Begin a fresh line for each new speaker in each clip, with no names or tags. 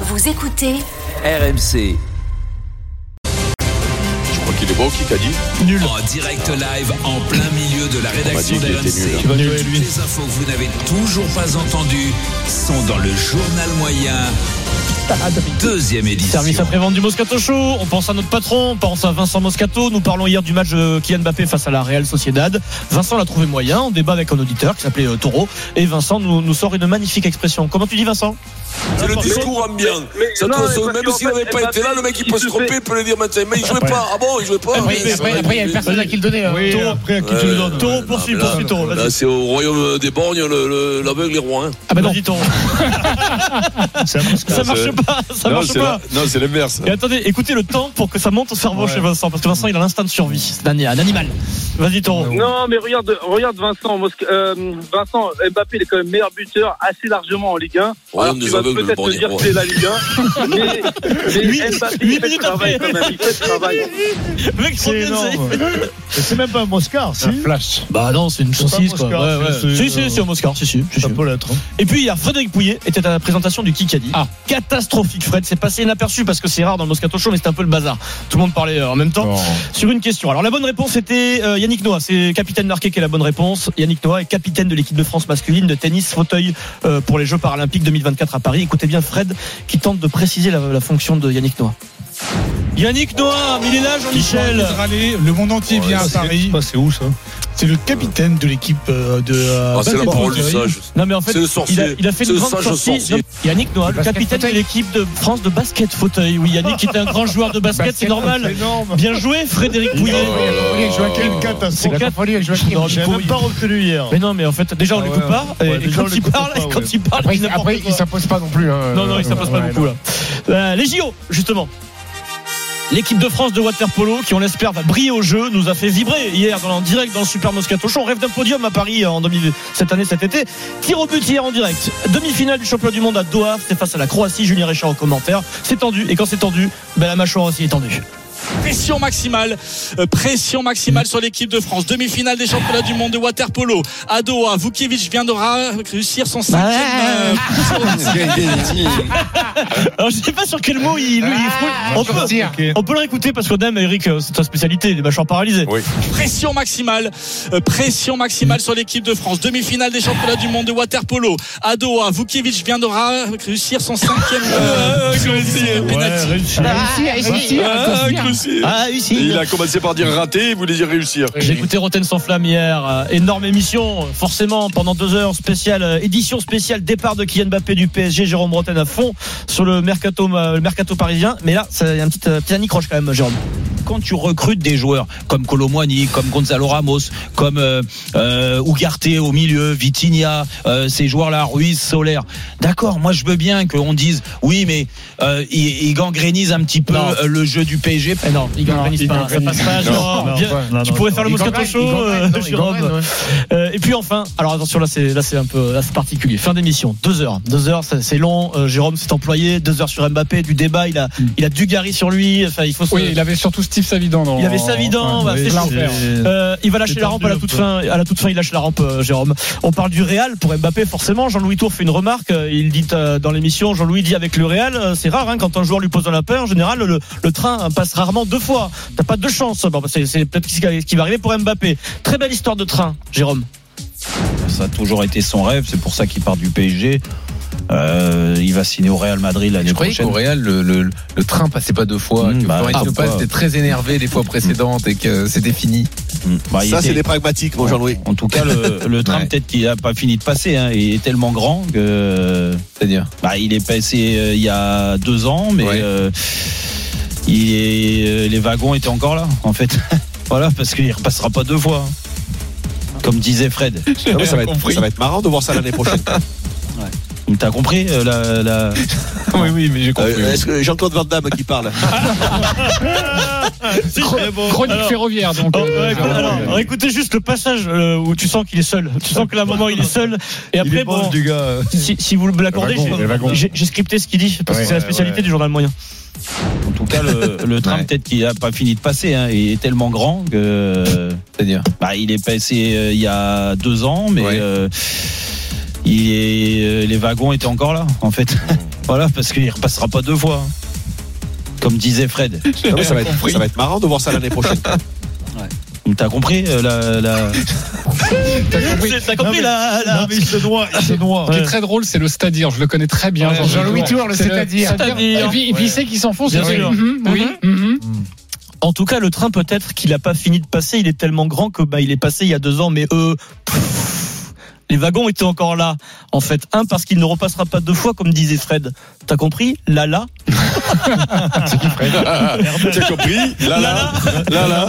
Vous écoutez
RMC.
Je crois qu'il est beau, Kikadi.
Nul. En direct live, en plein milieu de la rédaction
dit qu'il était nul, hein.
d'RMC.
Nul,
Toutes
lui.
les infos que vous n'avez toujours pas entendues sont dans le journal moyen, deuxième édition.
Service après-vente du Moscato Show, on pense à notre patron, on pense à Vincent Moscato, nous parlons hier du match euh, Kylian Mbappé face à la Real Sociedad. Vincent l'a trouvé moyen, on débat avec un auditeur qui s'appelait euh, Taureau, et Vincent nous, nous sort une magnifique expression. Comment tu dis Vincent
C'est le discours ambiant. Ça te
non,
ressort-
mais parce
même
qu'en
s'il n'avait
fait,
pas été là, le mec il peut
il
se
se
tromper, il peut le dire maintenant. Mais il jouait pas. Ah bon, il jouait pas.
Après,
Mais
après,
c'est
après,
vrai,
il y a personne
mais-
à qui le
hein.
donner. Taureau, après,
qui tu le donnes
Taureau, poursuis,
non, mais là-
poursuis, Taureau,
Ah, Là,
vas-y.
c'est au royaume des borgnes, le- le- l'aveugle et roi. hein.
Ah bah non, dis Taureau. Ça marche
c'est-
pas, ça
Non,
marche
c'est
pas.
la- non, c'est l'inverse.
Et attendez, écoutez le temps pour que ça monte au cerveau chez Vincent, parce que Vincent il a l'instinct de survie, c'est un, un animal. Vas-y Taureau.
Non, mais regarde, regarde Vincent. Mosca- euh, Vincent Mbappé, il est quand même meilleur buteur assez largement en Ligue 1.
Ouais,
Alors,
on
tu
nous
vas
aveugle,
peut-être
bon,
me dire
bon.
que c'est la Ligue 1. Mais, mais
Huit-
Mbappé,
huit
il fait le
minutes
travail
après.
quand même. Il fait le travail.
Le mec, c'est énorme.
C'est même pas un Moscar, si.
Flash.
Bah non, c'est une saucisse
pas un
quoi.
Oscar,
Ouais,
c'est-
ouais.
c'est-
Si, si, si, un Oscar, si, si. si, si.
Ça peut l'être. hein.
Et puis hier, Frédéric Pouillet était à la présentation du Kikadi. Ah. Catastrophique, Fred. C'est passé inaperçu parce que c'est rare dans le Moscato Show, mais c'était un peu le bazar. Tout le monde parlait euh, en même temps sur une question. Alors la bonne réponse était euh, Yannick Noah. C'est capitaine marqué qui est la bonne réponse. Yannick Noah est capitaine de l'équipe de France masculine de tennis fauteuil euh, pour les Jeux paralympiques 2024 à Paris. Écoutez bien Fred qui tente de préciser la, la fonction de Yannick Noah. Yannick Noah, mais il est là Jean-Michel.
Le monde entier vient à Paris.
Ah, C'est où ça
C'est le capitaine de l'équipe euh, de. euh,
Ah, C'est la
basket
parole du
fauteuil.
sage.
Non mais en fait,
C'est le
il a,
sorcier.
il a fait
C'est
une
le
grande
sage
sortie.
sorcier.
de- Yannick Noah, le capitaine de l'équipe de France de basket fauteuil. Oui, Yannick qui était un grand joueur de basket, c'est normal.
énorme.
Bien joué, Frédéric
Il
Pouillet.
a
Oh
Joaquin
C'est la
catastrophe.
Non,
J'ai même
Pouillet.
pas reconnu hier.
Mais non, mais en fait, déjà on
Ah
lui
ouais,
coupe pas.
ouais.
et
Ouais, déjà, on
quand
lui
il
coupe
parle,
pas,
et quand
ouais.
il parle, il dit n'importe quoi.
s'impose pas non plus. hein.
Non, non, il s'impose pas
Ouais,
beaucoup là. Euh, les JO, justement. L'équipe de France de waterpolo, qui on l'espère va briller au jeu, nous a fait vibrer hier dans- en direct dans le Super Moscato Show. On rêve d'un podium à Paris euh, en 2000 cette année, cet été. Tir au but hier en direct. Demi-finale du championnat du monde à Doha, c'est face à la Croatie. Julien Richard en commentaire. C'est tendu, et quand c'est tendu, ben, la mâchoire aussi est tendue.
pression maximale, euh, pression maximale sur l'équipe de France. Demi-finale des championnats du monde de waterpolo à Doha. Vukiewicz vient de ra- réussir son
Bah.
cinquième. euh,
Alors Ah, je sais pas sur quel mot il, il froule. On peut,
sortir.
on peut le réécouter parce qu'on aime, Eric, euh, c'est ta spécialité, les mâchoires paralysées.
pression maximale, euh, pression maximale sur l'équipe de France. Demi-finale des championnats du monde de waterpolo à Doha. Vukiewicz vient de ra- réussir son cinquième. euh, penalty.
Ah, oui, si.
Il a commencé par dire raté, il voulait dire réussir.
J'ai écouté Roten sans flamme hier, euh, énorme émission, euh, forcément pendant deux heures spéciale, euh, édition spéciale départ de Kylian Mbappé du PSG, Jérôme Roten à fond sur le mercato, euh, le mercato parisien. Mais là, c'est un petit, euh, petit anicroche quand même, Jérôme.
quand tu recrutes des joueurs comme Colomwani, comme Gonzalo Ramos, comme euh, euh, Ugarte au milieu, Vitinha, euh, ces joueurs-là, Ruiz, Solaire. D'accord, moi je veux bien qu'on dise oui, mais euh, ils, ils gangrénisent un petit peu
Non.
euh, le jeu du PSG.
Eh non, il gagne
il
pas, ça
gagne.
passe pas,
Non,
Jérôme.
non,
Viens,
ouais, non,
tu
non,
pourrais
non.
faire le
Il
Moscato
gagne,
Show,
il gagne,
euh,
non, il gagne,
Jérôme.
ouais.
Euh, et puis enfin, alors attention là c'est là c'est un peu là, c'est particulier. Fin d'émission, deux heures, deux heures c'est c'est long. Euh, Jérôme s'est employé, deux heures sur Mbappé, du débat, il a il a du Gary sur lui. Enfin il faut. se-
Mm. Oui, il avait surtout Steve Savidan. dans-
Il avait Savidan,
Ouais,
bah,
oui,
c'est
c'est
chaud.
l'enfer.
Euh, il va lâcher
C'est
la rampe à la
tendu,
toute
un
fin. À la toute fin, il lâche la rampe, euh, Jérôme. On parle du Real pour Mbappé, forcément. Jean-Louis Tour fait une remarque. euh, Il dit euh, dans l'émission, Jean-Louis dit avec le Real, euh, c'est rare hein, quand un joueur lui pose dans la peur. En général, le, le train euh, passe rarement deux fois. T'as pas deux chances. Bon, bah, c'est c'est peut-être ce qui- ce qui va arriver pour Mbappé. Très belle histoire de train, Jérôme.
Ça a toujours été son rêve, c'est pour ça qu'il part du PSG. Euh, il va signer au Real Madrid l'année
Je croyais
prochaine.
qu'au Real, le, le- le train passait pas deux fois,
Hmm,
Mmh,
que
bah,
Florentino
ah,
Paz
pourquoi
était très énervé les fois précédentes et que euh, c'était fini.
Mm. Bah, il
Ça,
était-
c'est des pragmatiques, mon Jean-Louis.
En tout cas, le, le train
Ouais.
peut-être qu'il a pas fini de passer. hein. Il est tellement grand que
C'est-à-dire
Ah
bah, il est passé euh, il y a deux ans, mais
Ouais.
euh, il est- euh, les wagons étaient encore là, en fait. voilà, parce qu'il repassera pas deux fois. hein. Comme disait Fred.
Non, mais ça, va être, ça va être marrant de voir ça l'année prochaine.
T'as compris euh, la, la-
Oui, oui, mais j'ai
Ah,
compris.
Euh, Est-ce que Jean-Claude Van Damme qui parle
Chronique ferroviaire, donc.
Oh,
euh,
ouais, écoute,
ah,
alors,
euh, ouais.
alors, écoutez juste le passage euh, où tu sens qu'il est seul. Tu sens que là, à un moment, il est seul. Et après, bon,
du gars.
si, si vous me l'accordez,
Le wagon,
j'ai-
le wagon.
j'ai j'ai scripté ce qu'il dit parce que
Ouais,
c'est la
ouais,
spécialité
ouais.
du journal moyen.
en tout cas, le, le train
Ouais.
peut-être qu'il a pas fini de passer. hein. Il est tellement grand que
C'est-à-dire
bah, il est passé euh, il y a deux ans, mais
Ouais.
euh, il est- euh, les wagons étaient encore là, en fait. Voilà, parce qu'il repassera pas deux fois. hein. Comme disait Fred.
Non, mais ça, va être, ça va être marrant de voir ça l'année prochaine.
T'as compris euh, la, la- T'as compris la- la-
Non, mais il se noie, il se noie.
Ce qui est très drôle, c'est le c'est-à-dire. Je le connais très bien.
Ouais,
Jean-Louis
Jean-Louis
Tour, le c'est-à-dire.
C'est-à-dire.
Et puis, et puis il sait qu'il s'enfonce.
Bien
il fait,
sûr.
mhm, Oui. mhm.
En tout cas, le train peut-être qu'il n'a pas fini de passer. Il est tellement grand que bah, il est passé il y a deux ans, mais eux, pff, les wagons étaient encore là. En fait, un parce qu'il ne repassera pas deux fois, comme disait Fred. T'as compris Là, là, ah,
T'as compris Là, là, là, là.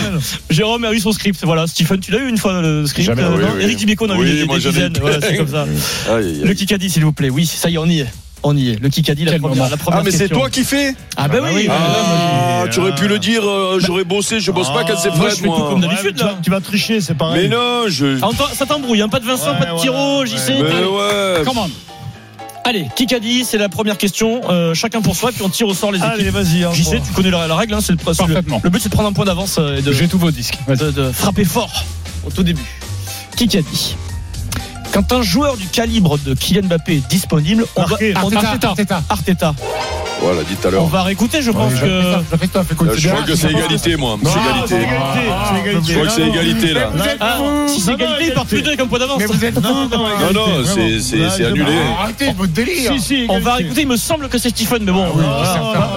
Jérôme a eu son script. Voilà, Stephen, tu l'as eu une fois le script Euh,
Jamais, oui,
non
oui.
Eric Dimeco en a eu
Oui,
des,
moi,
des
j'en ai
dizaines.
eu
Voilà,
plein.
c'est comme ça.
Aïe,
Le
aïe,
Kikadi, s'il vous plaît. Oui, ça y est, on y est. On y est. Le Kikadi, la
Quel
première,
moment.
la première
Ah, mais c'est
question.
toi qui fais
Ah, bah oui.
Ah,
oui.
tu aurais pu le dire, euh, j'aurais bossé, je bosse pas quand c'est
Ah, moi,
Fred,
je fais tout
moi.
comme d'habitude,
Ouais, mais
là.
tu vas- Tu vas tricher, c'est
Mais
pareil.
non, je.
Ah, Antoine, ça t'embrouille, hein. pas de Vincent,
Ouais,
pas de
ouais,
Tiro,
ouais.
JC.
Mais ouais.
Commande. Allez, Kikadi, c'est la première question. Euh, chacun pour soi, puis on tire au sort les équipes.
Allez, vas-y. hein,
JC,
bon.
tu connais la, la règle, hein, c'est le, c'est le
Parfaitement.
Le but c'est de prendre un point d'avance euh, et de,
J'ai tous vos disques. Vas-y.
de- de frapper fort au tout début. Kikadi. Quand un joueur du calibre de Kylian Mbappé est disponible, on va,
Marqué.
on-
Arteta. Arteta.
Arteta.
Voilà, dit tout à
on va réécouter, je pense que.
Arteta, fais quoi,
Euh, Je
tu dis,
crois
ah,
que c'est
pas-
égalité, moi. C'est
Ah, c'est
égalité.
égalité. C'est égalité.
Je crois que c'est
Non, non,
égalité, là.
non, non,
Ah, si c'est
non, non,
égalité, il part plus deux comme point d'avance.
Non, non,
Non, non, c'est- c'est c'est annulé.
Arrêtez votre délire.
On va réécouter, il me semble que c'est Stephen, mais bon.
Ah,
Ah
voilà.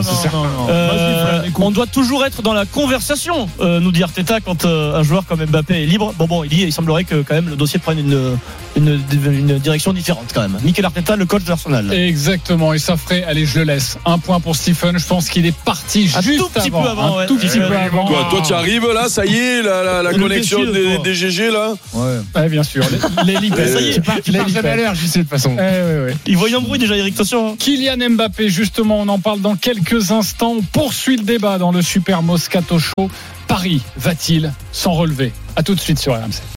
Euh, on doit toujours être dans la conversation, euh, nous dit Arteta, quand euh, un joueur comme Mbappé est libre. Bon, bon, il, y- il semblerait que quand même le dossier prenne une, une, une direction différente quand même. Mikel Arteta, le coach d'Arsenal.
Exactement, et ça ferait, allez, je le laisse. Un point pour Stephen, je pense qu'il est parti
Un
juste
tout petit
avant,
peu avant,
un
ouais.
tout petit
Ouais.
peu avant.
Toi, toi, tu arrives là, ça y est, la, la, la
Le
connexion
défi,
des,
toi.
des GG là.
Ouais, bien sûr. L'élite,
Ouais, ouais.
tu pars, tu pars jamais à l'heure, j'y sais de toute façon.
Il voit une embrouille déjà, Eric, attention. hein.
Kylian Mbappé, justement, on en parle dans quelques instants. On poursuit le débat dans le Super Moscato Show. Paris va-t-il s'en relever À tout de suite sur RMC.